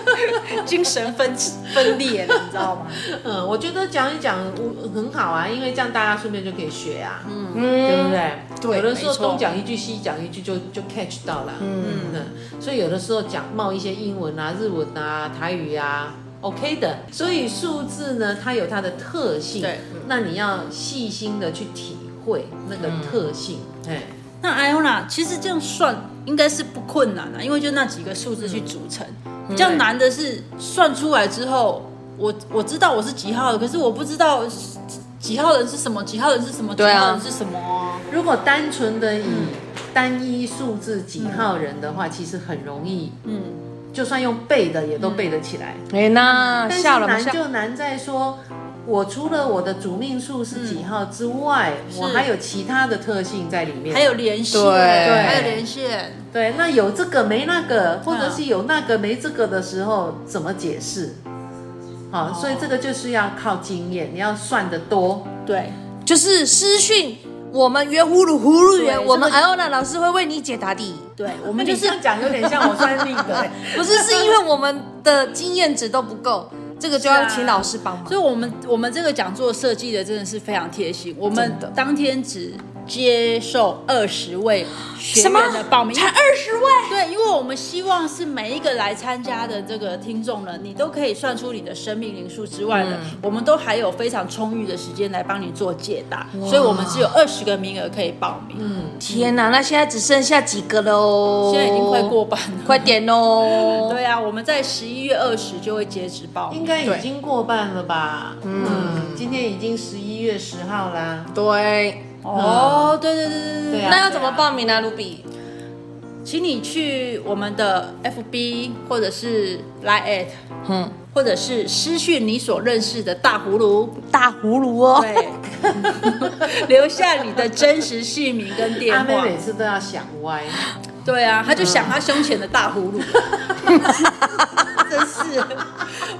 [SPEAKER 1] 精神分分裂了，你知道吗？
[SPEAKER 2] 嗯，我觉得讲一讲我很好啊，因为这样大家顺便就可以学啊，嗯。对不
[SPEAKER 3] 嗯，
[SPEAKER 2] 对？
[SPEAKER 1] 对
[SPEAKER 2] 有的时
[SPEAKER 1] 没
[SPEAKER 2] 候
[SPEAKER 1] 错
[SPEAKER 2] 东讲一句西讲一句就就 catch 到了，嗯所以有的时候讲冒一些英文啊、日文啊、台语啊，OK 的。所以数字呢，它有它的特性，
[SPEAKER 1] 对，
[SPEAKER 2] 那你要细心的去体会那个特性，
[SPEAKER 1] 嗯
[SPEAKER 2] 哎、
[SPEAKER 1] 那艾欧娜，其实这样算应该是不困难啊，因为就那几个数字去组成。
[SPEAKER 2] 嗯
[SPEAKER 1] 比较难的是算出来之后，我我知道我是几号的，可是我不知道几号人是什么，几号人是什么，几
[SPEAKER 3] 对啊
[SPEAKER 1] 号人是什么啊。
[SPEAKER 2] 如果单纯的以
[SPEAKER 1] 嗯
[SPEAKER 2] 单一数字几号人的话，其实很容易，
[SPEAKER 1] 嗯，
[SPEAKER 2] 就算用背的也都背得起来。
[SPEAKER 3] 哎，那
[SPEAKER 2] 但是
[SPEAKER 3] 笑了吗？
[SPEAKER 2] 难
[SPEAKER 3] 笑，
[SPEAKER 2] 就难在说，我除了我的主命数是几号之外，我还有其他的特性在里面。
[SPEAKER 1] 还有连线，
[SPEAKER 3] 对
[SPEAKER 1] 还有连线，
[SPEAKER 2] 对，那有这个没那个，或者是有那个没这个的时候，怎么解释？好、所以这个就是要靠经验，你要算得多。
[SPEAKER 1] 对，
[SPEAKER 3] 就是私讯我们圆葫芦葫芦
[SPEAKER 1] 对
[SPEAKER 3] 园，我们
[SPEAKER 1] 这个
[SPEAKER 3] 艾欧娜老师会为你解答的。
[SPEAKER 1] 对， 我们就是
[SPEAKER 2] 那你这样讲有点像我算命 的。
[SPEAKER 3] 不是，是因为我们的经验值都不够，这个就要请老
[SPEAKER 1] 啊
[SPEAKER 3] 师帮忙
[SPEAKER 1] 所。以我们我们这个讲座设计的真的是非常贴心。我们
[SPEAKER 3] 真的
[SPEAKER 1] 当天只接受二十位学员的报名，
[SPEAKER 3] 才二十位，
[SPEAKER 1] 对，因为我们希望是每一个来参加的这个听众呢，你都可以算出你的生命灵数之外的，我们都还有非常充裕的时间来帮你做解答，所以我们只有二十个名额可以报名，嗯，
[SPEAKER 3] 天哪！那现在只剩下几个喽？
[SPEAKER 1] 现在已经快过，半了，
[SPEAKER 3] 快点哦喽！
[SPEAKER 1] 对啊，我们在十一月二十就会截止报
[SPEAKER 2] 应
[SPEAKER 1] 名，
[SPEAKER 2] 该
[SPEAKER 3] 对
[SPEAKER 2] 已经过半了吧？嗯，今天已经十一月十号啦。
[SPEAKER 3] 对，
[SPEAKER 1] 哦，对对对对对
[SPEAKER 2] 对啊
[SPEAKER 3] 那要怎么报名呢？卢比，
[SPEAKER 1] 请你去我们的 FB 或者是 Line at，
[SPEAKER 3] 嗯，
[SPEAKER 1] 或者是私讯你所认识的大葫芦，
[SPEAKER 3] 大葫芦哦，
[SPEAKER 1] 对， 留下你的真实姓名跟电
[SPEAKER 2] 阿妹嗯
[SPEAKER 1] 话
[SPEAKER 2] 每。次都要想歪，
[SPEAKER 1] 对啊，他就想他胸前的大葫 芦，真是。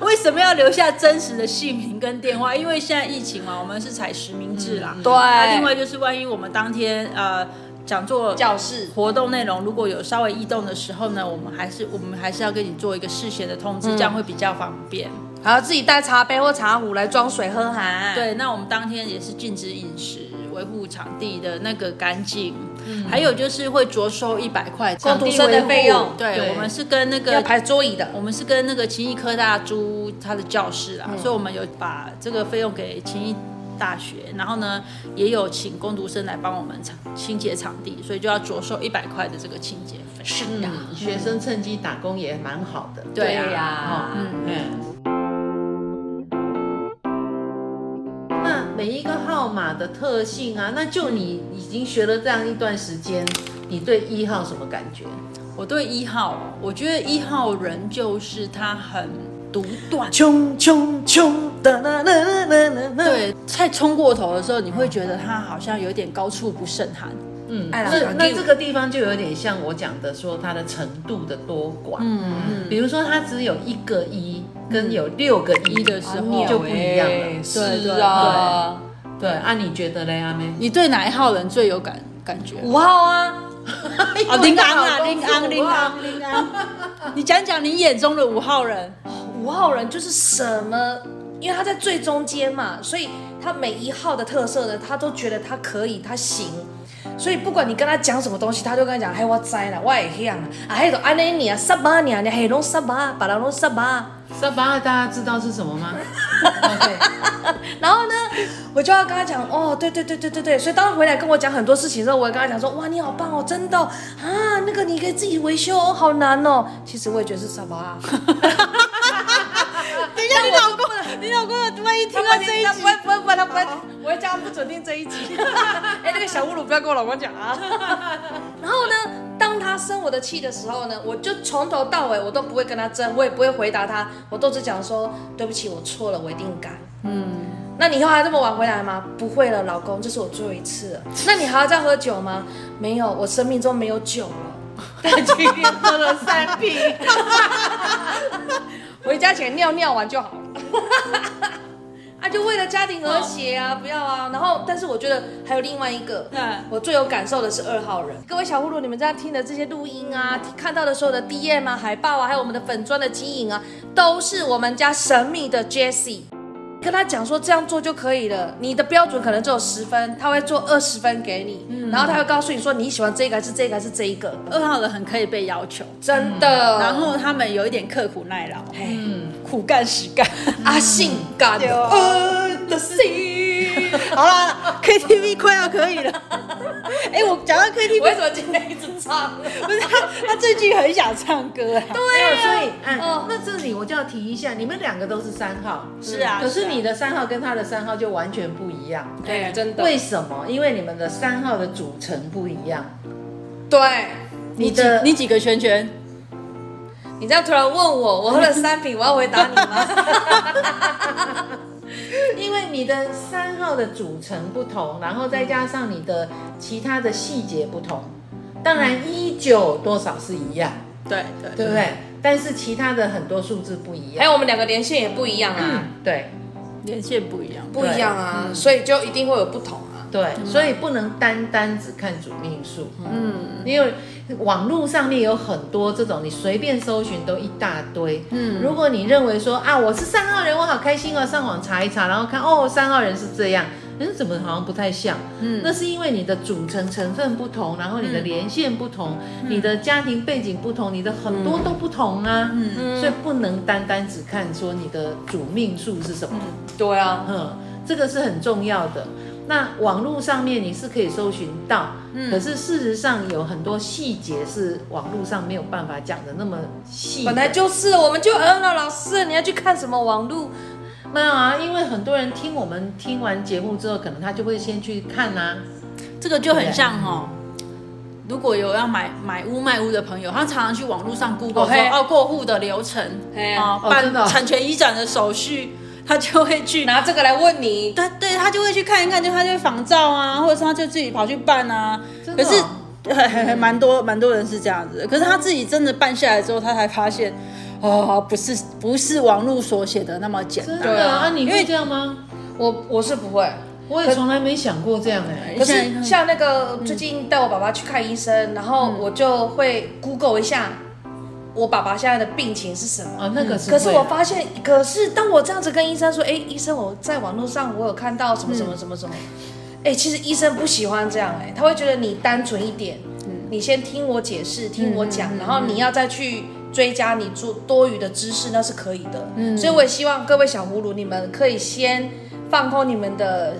[SPEAKER 1] 为什么要留下真实的姓名跟电话？因为现在疫情嘛，我们是采实名制啦。
[SPEAKER 2] 嗯
[SPEAKER 3] 对
[SPEAKER 1] 那另外就是，万一我们当天呃讲座
[SPEAKER 3] 教室
[SPEAKER 1] 活动内容如果有稍微异动的时候呢，我们还是我们还是要跟你做一个事先的通
[SPEAKER 2] 嗯
[SPEAKER 1] 知，这样会比较方便。
[SPEAKER 3] 还要自己带茶杯或茶壶来装水喝啊哈。，
[SPEAKER 1] 对，那我们当天也是禁止饮食，维护场地的那个干净，还有就是会着收一百块嗯
[SPEAKER 3] 共
[SPEAKER 1] 场
[SPEAKER 3] 读
[SPEAKER 1] 地
[SPEAKER 3] 生的
[SPEAKER 1] 维护
[SPEAKER 3] 费用
[SPEAKER 1] 对，
[SPEAKER 2] 对
[SPEAKER 1] 我们是跟那
[SPEAKER 3] 要
[SPEAKER 1] 个。
[SPEAKER 3] 排桌椅的。
[SPEAKER 1] 我们是跟那个勤益科大租他的教室啦，所以我们有把这个费用给勤益大学，然后呢也有请工读生来帮我们场清洁场地，所以就要着收一百块的这个清洁费。是的，
[SPEAKER 2] 嗯，学生趁机打工也蛮好的。
[SPEAKER 1] 对啊
[SPEAKER 3] 呀嗯，
[SPEAKER 2] 嗯。那每一个号码的特性啊，那就你已经学了这样一段时间，你对一号什么感觉？
[SPEAKER 1] 我对一号哦，我觉得一号人就是他很独断，
[SPEAKER 2] 冲冲冲哒啦啦啦啦啦，
[SPEAKER 1] 对，在冲过头的时候，你会觉得他好像有点高处不胜寒。
[SPEAKER 2] 嗯，
[SPEAKER 3] 爱啦
[SPEAKER 2] 那那
[SPEAKER 3] 肯定
[SPEAKER 2] 那这个地方就有点像我讲的说它的程度的多寡，嗯，比如说它只有一个一跟有六个一
[SPEAKER 1] 一的时候
[SPEAKER 2] 就不一样了，
[SPEAKER 3] 嗯是啊，
[SPEAKER 2] 对欸啊，你觉得嘞，阿妹？
[SPEAKER 1] 你对哪一号人最有感感觉？
[SPEAKER 3] 五号啊，
[SPEAKER 1] 啊，林安 啊，林安，
[SPEAKER 2] 林
[SPEAKER 1] 林安，
[SPEAKER 2] 安，林安，
[SPEAKER 1] 你讲讲你眼中的五号人。
[SPEAKER 3] 五号人就是什么？因为他在最中间嘛，所以他每一号的特色呢，他都觉得他可以，他行。所以不管你跟他讲什么东西，他就跟你讲：“嘿，哎我知啦，我也会样啊，啊，嘿，就安尼你啊，十八年，你嘿拢十八，把人拢十八。”
[SPEAKER 2] 沙巴大家知道是什么吗？OK，
[SPEAKER 3] 然后呢，我就要跟他讲，哦，对对对对对对，所以当他回来跟我讲很多事情的时候，我也跟他讲说，哇，你好棒哦，真的哦、啊，那个你可以自己维修哦，好难哦。其实我也觉得是什么 啊，
[SPEAKER 1] 等一下，你老 公，你老公有万一听到这一
[SPEAKER 3] 他
[SPEAKER 1] 集
[SPEAKER 3] 不，会不会不会，他不会，我会叫他不准听这一集。 哎、那个小侮辱不要跟我老公讲啊。 然后呢，当他生我的气的时候呢，我就从头到尾我都不会跟他争，我也不会回答他，我都只讲说对不起，我错了，我一定改。嗯，那你以后还这么晚回来吗？不会了，老公，这是我最后一次了。那你还要再喝酒吗？没有，我生命中没有酒了。
[SPEAKER 2] 但今天喝了三瓶，
[SPEAKER 3] 回家前尿尿完就好了。 啊，就为了家庭和谐啊，不要啊。然后，但是我觉得还有另外一个，
[SPEAKER 1] 哦嗯
[SPEAKER 3] 我最有感受的是二号人。各位小葫芦，你们这样听的这些录音啊，
[SPEAKER 1] 嗯
[SPEAKER 3] 看到的所有的 DM 啊、海报啊，还有我们的粉砖的经营啊，都是我们家神秘的 Jessie。跟他讲说这样做就可以了，你的标准可能只有十分，他会做二十分给你，
[SPEAKER 1] 嗯
[SPEAKER 3] 然后他会告诉你说你喜欢这个还是这个还是这一个，
[SPEAKER 1] 二号人很可以被要求，
[SPEAKER 3] 真的。
[SPEAKER 1] 嗯然后他们有一点刻苦耐劳，
[SPEAKER 3] 嘿，
[SPEAKER 1] 苦干实干。
[SPEAKER 3] 阿啊性感的呃的心。
[SPEAKER 1] 好啦，KTV 快要可以了。哎，我讲到 KTV，
[SPEAKER 3] 我为什么今天一直唱？
[SPEAKER 1] 不是他，他最近很想唱歌啊。
[SPEAKER 2] 没有，所以哎
[SPEAKER 3] 哦，
[SPEAKER 2] 那这里我就要提一下，你们两个都是三号，
[SPEAKER 1] 是啊
[SPEAKER 2] 可
[SPEAKER 1] 是
[SPEAKER 2] 是
[SPEAKER 1] 啊
[SPEAKER 2] 你的三号跟他的三号就完全不一样，
[SPEAKER 3] 哎，真的，
[SPEAKER 2] 为什么？因为你们的三号的组成不一样，
[SPEAKER 3] 对
[SPEAKER 2] 你
[SPEAKER 1] 几
[SPEAKER 2] 的
[SPEAKER 1] 你几个圈圈？
[SPEAKER 3] 你这样突然问我，我喝了三瓶，我要回答你吗？
[SPEAKER 2] 因为你的三号的组成不同，然后再加上你的其他的细节不同，当然一九多少是一样，
[SPEAKER 1] 对对
[SPEAKER 2] 对不对？但是其他的很多数字不 一
[SPEAKER 3] 还
[SPEAKER 2] 样，
[SPEAKER 3] 有我们两个连线也不一样啊，
[SPEAKER 2] 对
[SPEAKER 1] 连线不一样。
[SPEAKER 3] 不一样啊，所以就一定会有不同啊。
[SPEAKER 2] 对，所以不能单单只看主命数，嗯，因为网络上面有很多这种，你随便搜寻都一大堆，嗯，如果你认为说啊我是三号人，我好开心哦，上网查一查，然后看哦三号人是这样，嗯，怎么好像不太像？嗯，那是因为你的组成成分不同，然后你的连线不同，你的家庭背景不同，你的很多都不同啊。嗯，所以不能单单只看说你的主命数是什么。
[SPEAKER 3] 对啊，
[SPEAKER 2] 嗯，这个是很重要的。那网络上面你是可以搜寻到，
[SPEAKER 3] 嗯
[SPEAKER 2] 可是事实上有很多细节是网络上没有办法讲的那么细的。
[SPEAKER 3] 本来就是，我们就嗯了，老师，你要去看什么网路？
[SPEAKER 2] 没有啊，因为很多人听我们听完节目之后，可能他就会先去看啊。
[SPEAKER 1] 这个就很像哦。如果有要买买屋卖屋的朋友，他常常去网络上 Google
[SPEAKER 3] 哦
[SPEAKER 1] 说
[SPEAKER 3] 嘿
[SPEAKER 1] 哦过户的流程
[SPEAKER 3] 嘿
[SPEAKER 1] 啊，
[SPEAKER 2] 哦
[SPEAKER 1] 办
[SPEAKER 2] 真的哦
[SPEAKER 1] 产权移转的手续，他就会去
[SPEAKER 3] 拿这个来问你，
[SPEAKER 1] 对对，他就会去看一看，就他就会仿照啊，或者是他就自己跑去办啊。
[SPEAKER 2] 真的
[SPEAKER 1] 可
[SPEAKER 2] 哦
[SPEAKER 1] 是 很很很蛮多蛮多人是这样子的，可是他自己真的办下来之后，他才发现，哦，不是不是网络所写的那么简
[SPEAKER 2] 真
[SPEAKER 1] 单。
[SPEAKER 3] 对
[SPEAKER 2] 的
[SPEAKER 3] 啊
[SPEAKER 2] 啊，你
[SPEAKER 1] 因为
[SPEAKER 2] 会这样吗？
[SPEAKER 3] 我我是不会。
[SPEAKER 2] 我也从来没想过这样哎、
[SPEAKER 3] 可
[SPEAKER 1] 现在
[SPEAKER 3] 是像那个最近带我爸爸去看医生，然后我就会 Google 一下我爸爸现在的病情是什么。
[SPEAKER 2] 啊，那个是
[SPEAKER 3] 嗯
[SPEAKER 2] 会。
[SPEAKER 3] 可是我发现，可是当我这样子跟医生说，哎，医生，我在网络上我有看到
[SPEAKER 1] 嗯
[SPEAKER 3] 什么什么什么什么，哎，其实医生不喜欢这样，哎，他会觉得你单纯一点，
[SPEAKER 1] 嗯
[SPEAKER 3] 你先听我解释，听我讲，然后你要再去追加你做多余的知识，那是可以的。
[SPEAKER 1] 嗯
[SPEAKER 3] 所以我也希望各位小葫芦，你们可以先放空你们的。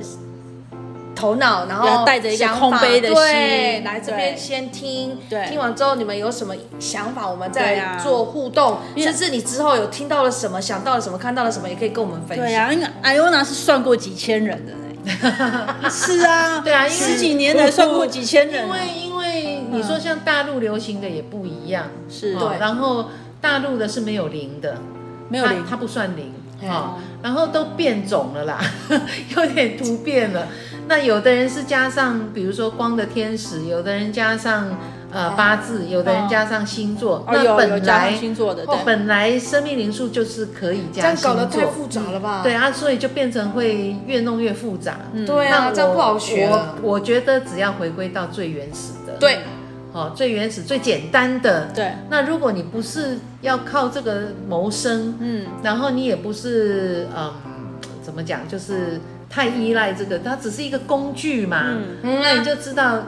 [SPEAKER 3] 头脑，然
[SPEAKER 1] 不
[SPEAKER 3] 后
[SPEAKER 1] 要带着一个
[SPEAKER 3] 想法
[SPEAKER 1] 空杯的心
[SPEAKER 3] 对，来这边
[SPEAKER 1] 对
[SPEAKER 3] 先听，
[SPEAKER 1] 对
[SPEAKER 3] 听完之后你们有什么想法，我们
[SPEAKER 1] 对
[SPEAKER 3] 再
[SPEAKER 1] 啊
[SPEAKER 3] 做互动，
[SPEAKER 1] 因为
[SPEAKER 3] 甚至你之后有听到了什么、想到了什么、看到了什么，也可以跟我们
[SPEAKER 2] 哎
[SPEAKER 3] 分享。
[SPEAKER 1] 对呀、啊，因为艾欧娜是算过几千人的呢。 是啊，
[SPEAKER 2] 对啊因为
[SPEAKER 1] 十几年来算过几千人
[SPEAKER 2] 因，为因为你说像大陆流行的也不一样，
[SPEAKER 1] 是
[SPEAKER 2] 哦
[SPEAKER 3] 嗯对
[SPEAKER 2] 然后大陆的是没有零的，
[SPEAKER 1] 没有零
[SPEAKER 2] 它，它不算零
[SPEAKER 3] 嗯
[SPEAKER 2] 哦，然后都变种了啦， 有点突变了。那有的人是加上，比如说光的天使，有的人加上呃
[SPEAKER 3] 哦
[SPEAKER 2] 八字，有的人加上星座。
[SPEAKER 1] 哦
[SPEAKER 2] 那
[SPEAKER 1] 有有
[SPEAKER 2] 本
[SPEAKER 1] 加上
[SPEAKER 2] 来
[SPEAKER 1] 星座的，
[SPEAKER 2] 哦
[SPEAKER 1] 对，
[SPEAKER 2] 本来生命灵数就是可以
[SPEAKER 3] 这
[SPEAKER 2] 加
[SPEAKER 3] 样
[SPEAKER 2] 星
[SPEAKER 3] 搞得太
[SPEAKER 2] 座，
[SPEAKER 3] 复杂了吧？
[SPEAKER 2] 对啊，所以就变成会越弄越复杂。嗯，
[SPEAKER 3] 对啊，这样不好学
[SPEAKER 2] 我
[SPEAKER 3] 了。
[SPEAKER 2] 我觉得只要回归到最原始的，
[SPEAKER 3] 对，
[SPEAKER 2] 哦，最原始、最简单的。
[SPEAKER 1] 对，
[SPEAKER 2] 那如果你不是要靠这个谋生，
[SPEAKER 1] 嗯，
[SPEAKER 2] 然后你也不是嗯，怎么讲，就是太依赖这个，它只是一个工具嘛。
[SPEAKER 1] 嗯
[SPEAKER 2] 那你
[SPEAKER 3] 嗯，
[SPEAKER 2] 就知道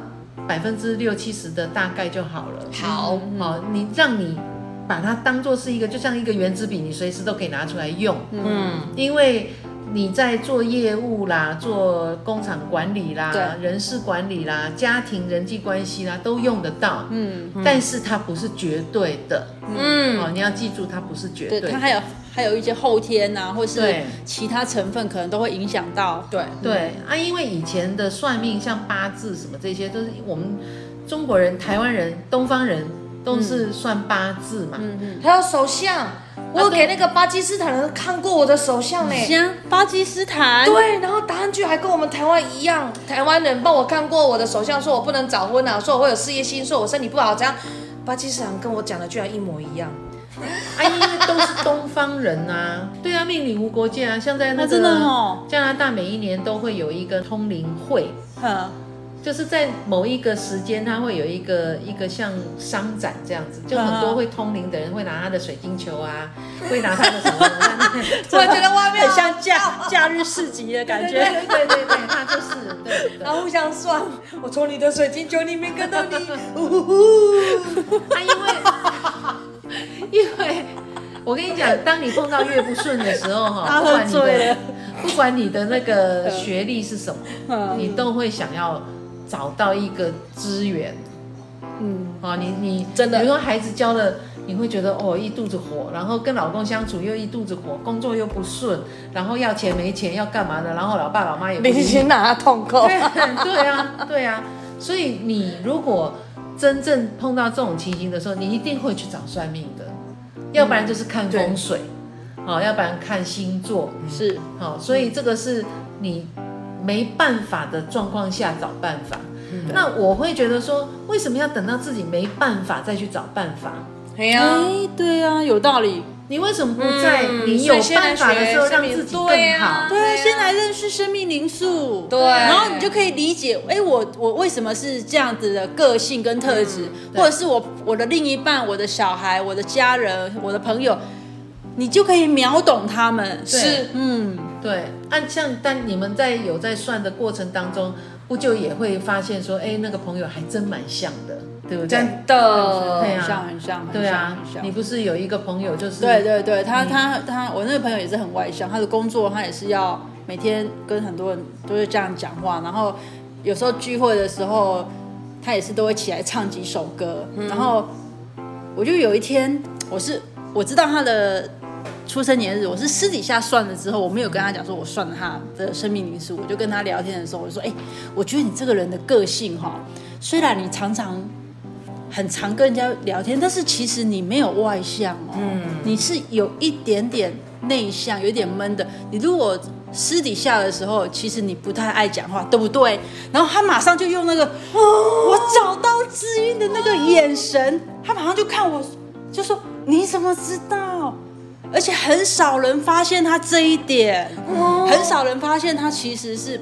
[SPEAKER 2] 百分之六七十的大概就好了。
[SPEAKER 3] 好，
[SPEAKER 2] 哦，你让你把它当做是一个，就像一个圆珠笔，你随时都可以拿出来用。
[SPEAKER 3] 嗯，
[SPEAKER 2] 因为你在做业务啦，做工厂管理啦，
[SPEAKER 3] 对
[SPEAKER 2] 人事管理啦，家庭人际关系啦，都用得到。
[SPEAKER 1] 嗯，
[SPEAKER 2] 但是它不是绝对的，
[SPEAKER 3] 嗯，
[SPEAKER 2] 哦，你要记住，它不是绝
[SPEAKER 1] 对，
[SPEAKER 2] 对
[SPEAKER 1] 它
[SPEAKER 2] 的。
[SPEAKER 1] 还有还有一些后天呐、或是
[SPEAKER 2] 对
[SPEAKER 1] 其他成分，可能都会影响到。
[SPEAKER 3] 对，
[SPEAKER 2] 对
[SPEAKER 1] 嗯
[SPEAKER 2] 啊，因为以前的算命，像八字什么这些，都是我们中国人、台湾人、东方人都是算八字嘛。
[SPEAKER 1] 嗯
[SPEAKER 3] 还有手相，我有给那个巴基斯坦人看过我的手相呢。
[SPEAKER 1] 像巴基斯坦，
[SPEAKER 3] 对，然后答案句还跟我们台湾一样，台湾人帮我看过我的手相，说我不能早婚啊，说我会有事业心，说我身体不好，这样。巴基斯坦跟我讲的居然一模一样，
[SPEAKER 2] 啊，因为都是东方人 啊，对啊，命理无国界啊，像在那
[SPEAKER 1] 啊
[SPEAKER 2] 个
[SPEAKER 1] 真的哦
[SPEAKER 2] 加拿大每一年都会有一个通灵会，
[SPEAKER 1] 哼，
[SPEAKER 2] 就是在某一个时间，它会有一个一个像商展这样子，就
[SPEAKER 1] 啊
[SPEAKER 2] 很多会通灵的人会拿他的水晶球啊，会拿他的什么，
[SPEAKER 3] 我觉得外面
[SPEAKER 1] 很像假假日市集的感
[SPEAKER 2] 对
[SPEAKER 1] 觉。
[SPEAKER 2] 对对对对，他就是对对
[SPEAKER 3] 然。后啊互相算，我从你的水晶球里面看到 你，呜呼呼，
[SPEAKER 2] 啊，因为 因为我跟你讲，当你碰到越不顺的时候，哈，
[SPEAKER 1] 他
[SPEAKER 2] 不
[SPEAKER 1] 喝
[SPEAKER 2] 管你
[SPEAKER 1] 醉了
[SPEAKER 2] 的不管你的那个学历是什
[SPEAKER 1] 嗯
[SPEAKER 2] 么，你都会想要找到一个资源。
[SPEAKER 1] 嗯，
[SPEAKER 2] 啊，你你
[SPEAKER 3] 真的
[SPEAKER 2] 比如说孩子教了，你会觉得哦一肚子火，然后跟老公相处又一肚子火，工作又不顺，然后要钱没钱，要干嘛的，然后老爸老妈也不理
[SPEAKER 3] 明
[SPEAKER 2] 你
[SPEAKER 3] 星拿痛扣
[SPEAKER 2] 对，对啊，对啊。所以你如果真正碰到这种情形的时候，你一定会去找算命的，
[SPEAKER 3] 嗯
[SPEAKER 2] 要不然就是看风水，好、要不然看星座，
[SPEAKER 3] 嗯
[SPEAKER 1] 是
[SPEAKER 2] 好、所以这个是你没办法的状况下找办法。
[SPEAKER 3] 嗯
[SPEAKER 2] 那我会觉得说，为什么要等到自己没办法再去找办法？
[SPEAKER 1] 哎、
[SPEAKER 3] 哎呀，
[SPEAKER 1] 对啊，有道理。
[SPEAKER 2] 你为什么不在
[SPEAKER 3] 嗯
[SPEAKER 2] 你
[SPEAKER 3] 所
[SPEAKER 2] 有
[SPEAKER 3] 以先来
[SPEAKER 2] 办法的
[SPEAKER 3] 学
[SPEAKER 2] 时候
[SPEAKER 3] 生
[SPEAKER 2] 让
[SPEAKER 3] 命
[SPEAKER 2] 自己
[SPEAKER 3] 对
[SPEAKER 2] 更
[SPEAKER 3] 啊
[SPEAKER 2] 好？
[SPEAKER 1] 对啊，
[SPEAKER 3] 对啊
[SPEAKER 1] 先来认识生命灵数，
[SPEAKER 3] 对
[SPEAKER 1] 然后你就可以理解，哎，我我为什么是这样子的个性跟特质，
[SPEAKER 2] 嗯对
[SPEAKER 1] 或者是我我的另一半、我的小孩、我的家人、我的朋友，你就可以秒懂他们。
[SPEAKER 2] 对
[SPEAKER 3] 是
[SPEAKER 1] 嗯，
[SPEAKER 2] 对，按像但你们在有在算的过程当中，不就也会发现说，哎，那个朋友还真蛮像的，对不对？
[SPEAKER 3] 真的，
[SPEAKER 1] 很
[SPEAKER 2] 对啊
[SPEAKER 1] 哦像很像，很
[SPEAKER 2] 对
[SPEAKER 1] 像
[SPEAKER 2] 啊
[SPEAKER 1] 很，像
[SPEAKER 2] 你。不是有一个朋友就是嗯
[SPEAKER 1] 对对对，他他他，我那个朋友也是很外向，他的工作他也是要每天跟很多人都是这样讲话，然后有时候聚会的时候，他也是都会起来唱几首歌，
[SPEAKER 2] 嗯
[SPEAKER 1] 然后我就有一天，我是我知道他的出生年日，我是私底下算了之后，我没有跟他讲说我算了他的生命灵数，我就跟他聊天的时候，我就说，哎、我觉得你这个人的个性哈，虽然你常常很常跟人家聊天，但是其实你没有外向哦，你是有一点点内向，有点闷的。你如果私底下的时候，其实你不太爱讲话，对不对？然后他马上就用那个、我找到知音的那个眼神，他马上就看我，就说你怎么知道？而且很少人发现他这一点，很少人发现他其实是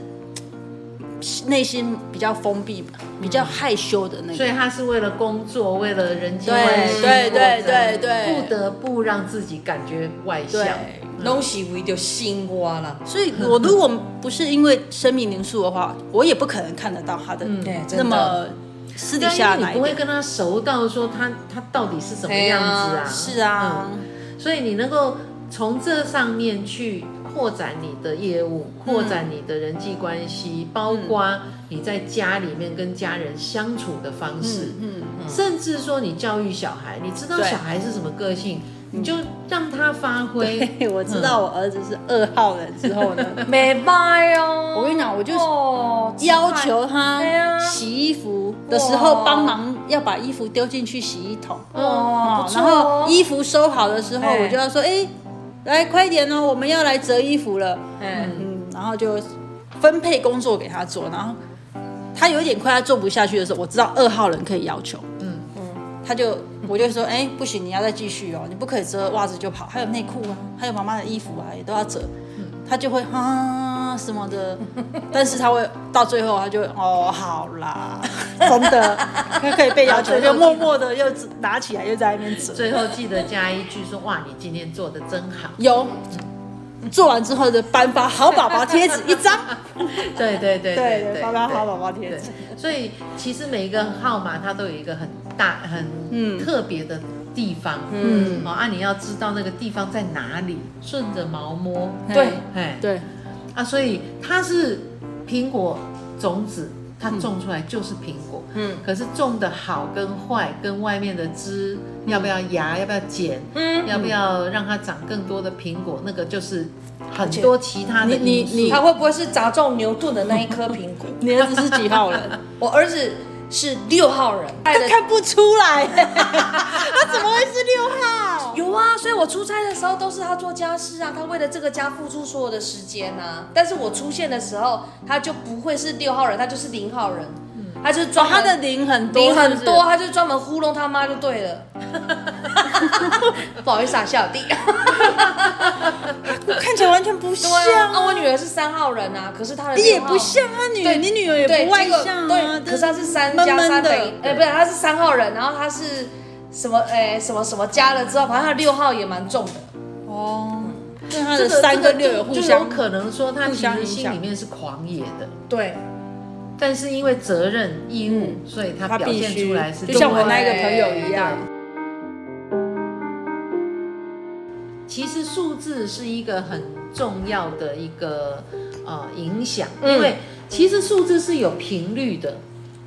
[SPEAKER 1] 嘖内心比较封闭、比较害羞的那个
[SPEAKER 2] 所。以他是为了工作，为了人际
[SPEAKER 1] 对
[SPEAKER 2] 关系，
[SPEAKER 1] 对对
[SPEAKER 2] 或者
[SPEAKER 1] 对对
[SPEAKER 2] 不得不让自己感觉外向
[SPEAKER 1] 对。
[SPEAKER 3] 拢是为着心我啦。
[SPEAKER 1] 所以，我如果不是因为生命灵数的话，我也不可能看得到他的
[SPEAKER 3] 嗯对真的啊
[SPEAKER 1] 那么私底
[SPEAKER 2] 但
[SPEAKER 1] 下
[SPEAKER 2] 因为
[SPEAKER 1] 哪
[SPEAKER 2] 你
[SPEAKER 1] 一
[SPEAKER 2] 不会
[SPEAKER 1] 点。哎
[SPEAKER 2] 跟他熟到说他他到底是什么
[SPEAKER 3] 对
[SPEAKER 2] 样
[SPEAKER 3] 啊
[SPEAKER 2] 子啊？
[SPEAKER 1] 是啊，
[SPEAKER 2] 所以你能够从这上面去扩展你的业务，扩展你的人际关系，包括你在家里面跟家人相处的方式，
[SPEAKER 1] 嗯，
[SPEAKER 2] 甚至说你教育小孩，你知道
[SPEAKER 1] 对
[SPEAKER 2] 小孩是什么个性，你就让他发挥。
[SPEAKER 1] 嘿我知道我儿子是二号人之后呢，
[SPEAKER 3] 没拜哦，
[SPEAKER 1] 我跟你讲我就是
[SPEAKER 3] 嗯哦
[SPEAKER 1] 要求
[SPEAKER 3] 对
[SPEAKER 1] 他
[SPEAKER 3] 啊
[SPEAKER 1] 洗衣服的时候
[SPEAKER 3] 哇
[SPEAKER 1] 帮忙要把衣服丢进去洗衣桶，
[SPEAKER 3] 哦
[SPEAKER 1] 哦，
[SPEAKER 3] 不错
[SPEAKER 1] 然
[SPEAKER 3] 哦
[SPEAKER 1] 后衣服收好的时候，
[SPEAKER 3] 哎
[SPEAKER 1] 我就要说，哎，来快点哦，我们要来折衣服了。
[SPEAKER 3] 嗯
[SPEAKER 1] 嗯，然后就分配工作给他做，然后他有一点快要做不下去的时候，我知道二号人可以要求，嗯嗯，他就我就说，哎、不行，你要再继续哦，你不可以折袜子就跑，还有内裤啊，还有妈妈的衣服啊，也都要折，他就会啊什么的， 但是他会到最后他就哦好 啦，真的，他可以被要求，就默默的又拿起来又在那边 折，
[SPEAKER 2] 最后记得加一句说：“哇，你今天做的真好。
[SPEAKER 1] 有。做完之后的颁发好宝宝贴纸一张，
[SPEAKER 2] 对”对对
[SPEAKER 1] 对
[SPEAKER 2] 对对，
[SPEAKER 1] 对，包包好
[SPEAKER 2] 对
[SPEAKER 1] 宝宝贴
[SPEAKER 2] 对
[SPEAKER 1] 纸，，
[SPEAKER 2] 所以其实每一个号码它都有一个很大、很特别的地方，嗯嗯，哦，啊，你要知道那个地方在哪里，顺着毛摸，
[SPEAKER 1] 对
[SPEAKER 2] 哎，
[SPEAKER 1] 对
[SPEAKER 2] 啊，所以它是苹果种子，它种出来就是苹果，嗯，可是种的好跟坏，跟外面的枝要不要芽，要不要剪，嗯，要不要让它长更多的苹果，那个就是很多其他的
[SPEAKER 1] 你你
[SPEAKER 2] 因素
[SPEAKER 1] 你
[SPEAKER 3] 他会不会是砸中牛顿的那一颗苹果？
[SPEAKER 1] 你儿子是几号 人？
[SPEAKER 3] 我儿子是六号人，爱
[SPEAKER 1] 他
[SPEAKER 3] 的
[SPEAKER 1] 看不出 来，他怎么会是六号？
[SPEAKER 3] 有啊，所以我出差的时候都是他做家事啊，他为了这个家付出所有的时间啊。但是我出现的时候，他就不会是六号人，他就是零号人，嗯他就是
[SPEAKER 1] 哦
[SPEAKER 3] 专，门
[SPEAKER 1] 他的零很多，
[SPEAKER 3] 零很
[SPEAKER 1] 是不
[SPEAKER 3] 多，
[SPEAKER 1] 是。
[SPEAKER 3] 他就专门糊弄他妈就对了。 不好意思啊，小弟。
[SPEAKER 1] 我看起来完全不像
[SPEAKER 3] 对啊，啊我女儿是三号人啊，可是她的
[SPEAKER 1] 你也
[SPEAKER 3] 六号
[SPEAKER 1] 不像啊，女
[SPEAKER 3] 对
[SPEAKER 1] 你女儿也
[SPEAKER 3] 对
[SPEAKER 1] 不外
[SPEAKER 3] 这个
[SPEAKER 1] 向啊，
[SPEAKER 3] 对，可是她是三
[SPEAKER 1] 闷
[SPEAKER 3] 加
[SPEAKER 1] 闷
[SPEAKER 3] 三
[SPEAKER 1] 的
[SPEAKER 3] 等于，哎，不是，她是三号人，然后她是什么，哎，什么什么加了之后，反正她六号也蛮重的。
[SPEAKER 1] 哦，对他
[SPEAKER 2] 这
[SPEAKER 1] 的
[SPEAKER 2] 个
[SPEAKER 1] 三跟六
[SPEAKER 2] 这
[SPEAKER 1] 有
[SPEAKER 2] 个
[SPEAKER 1] 互
[SPEAKER 2] 就
[SPEAKER 1] 相
[SPEAKER 2] 有可能说他
[SPEAKER 1] 互
[SPEAKER 2] 其
[SPEAKER 1] 相
[SPEAKER 2] 实
[SPEAKER 1] 影
[SPEAKER 2] 心
[SPEAKER 1] 响哦
[SPEAKER 2] 里面是狂野的，
[SPEAKER 3] 对，
[SPEAKER 2] 但是因为责任义务，所以他
[SPEAKER 1] 嗯他
[SPEAKER 2] 表
[SPEAKER 1] 必
[SPEAKER 2] 现
[SPEAKER 1] 须
[SPEAKER 2] 出来是哎
[SPEAKER 1] 就像
[SPEAKER 2] 另外
[SPEAKER 1] 我那一个
[SPEAKER 2] 一
[SPEAKER 1] 朋友一样，
[SPEAKER 2] 其实数字是一个很重要的一个呃影响，
[SPEAKER 1] 嗯
[SPEAKER 2] 因为其实数字是有频率的。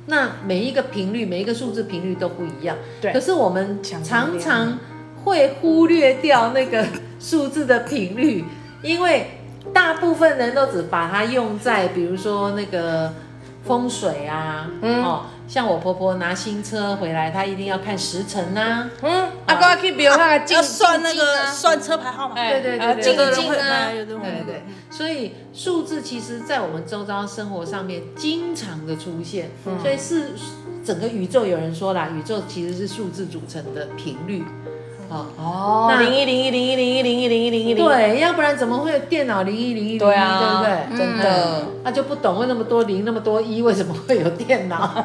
[SPEAKER 2] 那每一个频率，每一个数字频率都不一样。
[SPEAKER 1] 对
[SPEAKER 2] 可是我们
[SPEAKER 3] 强
[SPEAKER 2] 常
[SPEAKER 3] 烈
[SPEAKER 2] 常会忽略掉那个数字的频率，因为大部分人都只把它用在比如说那个风水啊，
[SPEAKER 1] 嗯
[SPEAKER 2] 哦，像我婆婆拿新车回来，她一定要看时辰啊，
[SPEAKER 3] 嗯，阿哥去比如她的进
[SPEAKER 1] 要算那
[SPEAKER 3] 进进
[SPEAKER 1] 个
[SPEAKER 3] 啊
[SPEAKER 1] 算车牌号码，
[SPEAKER 3] 哎
[SPEAKER 2] 对对
[SPEAKER 1] 啊
[SPEAKER 2] 对
[SPEAKER 1] 有的
[SPEAKER 2] 对
[SPEAKER 1] 人
[SPEAKER 3] 进
[SPEAKER 1] 会
[SPEAKER 3] 进啊
[SPEAKER 1] 买，有的人会
[SPEAKER 2] 对
[SPEAKER 1] 买
[SPEAKER 2] 对，所以数字其实在我们周遭生活上面经常的出现，所以是整个宇宙有人说啦，宇宙其实是数字组成的频率。啊、
[SPEAKER 3] 哦，
[SPEAKER 2] 那
[SPEAKER 3] 零一零一零一零一零一零一零一零，
[SPEAKER 2] 对，要不然怎么会有电脑零一零一零一，
[SPEAKER 3] 对
[SPEAKER 2] 对不
[SPEAKER 3] 啊
[SPEAKER 2] 对？
[SPEAKER 3] 真的
[SPEAKER 2] 嗯那就不懂为那么多零那么多一，为什么会有电脑？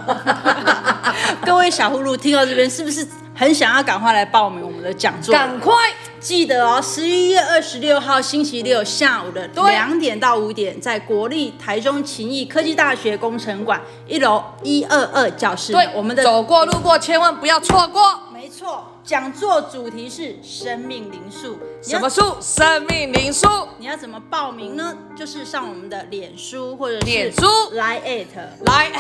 [SPEAKER 1] 各位小葫芦听到这边，是不是很想要赶快来报名我们的讲座？
[SPEAKER 3] 赶快
[SPEAKER 1] 记得哦，十一月二十六号星期六下午的两点到五点，在国立台中勤益科技大学工程馆一楼一二二教室，
[SPEAKER 3] 对，
[SPEAKER 1] 我们的
[SPEAKER 3] 走过路过千万不要错过。
[SPEAKER 1] 没错，讲座主题是生命灵数，你
[SPEAKER 3] 什
[SPEAKER 1] 要
[SPEAKER 3] 么树？生命灵数。
[SPEAKER 1] 你要怎么报名呢？就是上我们的脸书或者是
[SPEAKER 3] 脸书
[SPEAKER 1] 来 at
[SPEAKER 3] 来，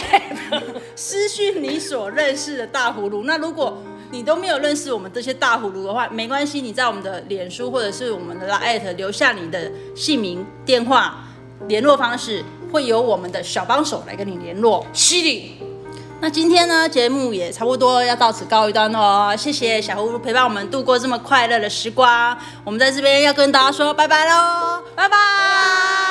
[SPEAKER 1] 私讯你所认识的大葫芦。那如果你都没有认识我们这些大葫芦的话，没关系，你在我们的脸书或者是我们的 Line 留下你的姓名、电话、联络方式，会由我们的小帮手来跟你联络。
[SPEAKER 3] 犀利，
[SPEAKER 1] 那今天呢，节目也差不多要到此告一段落哦。谢谢小葫芦陪伴我们度过这么快乐的时光。我们在这边要跟大家说拜拜喽，拜拜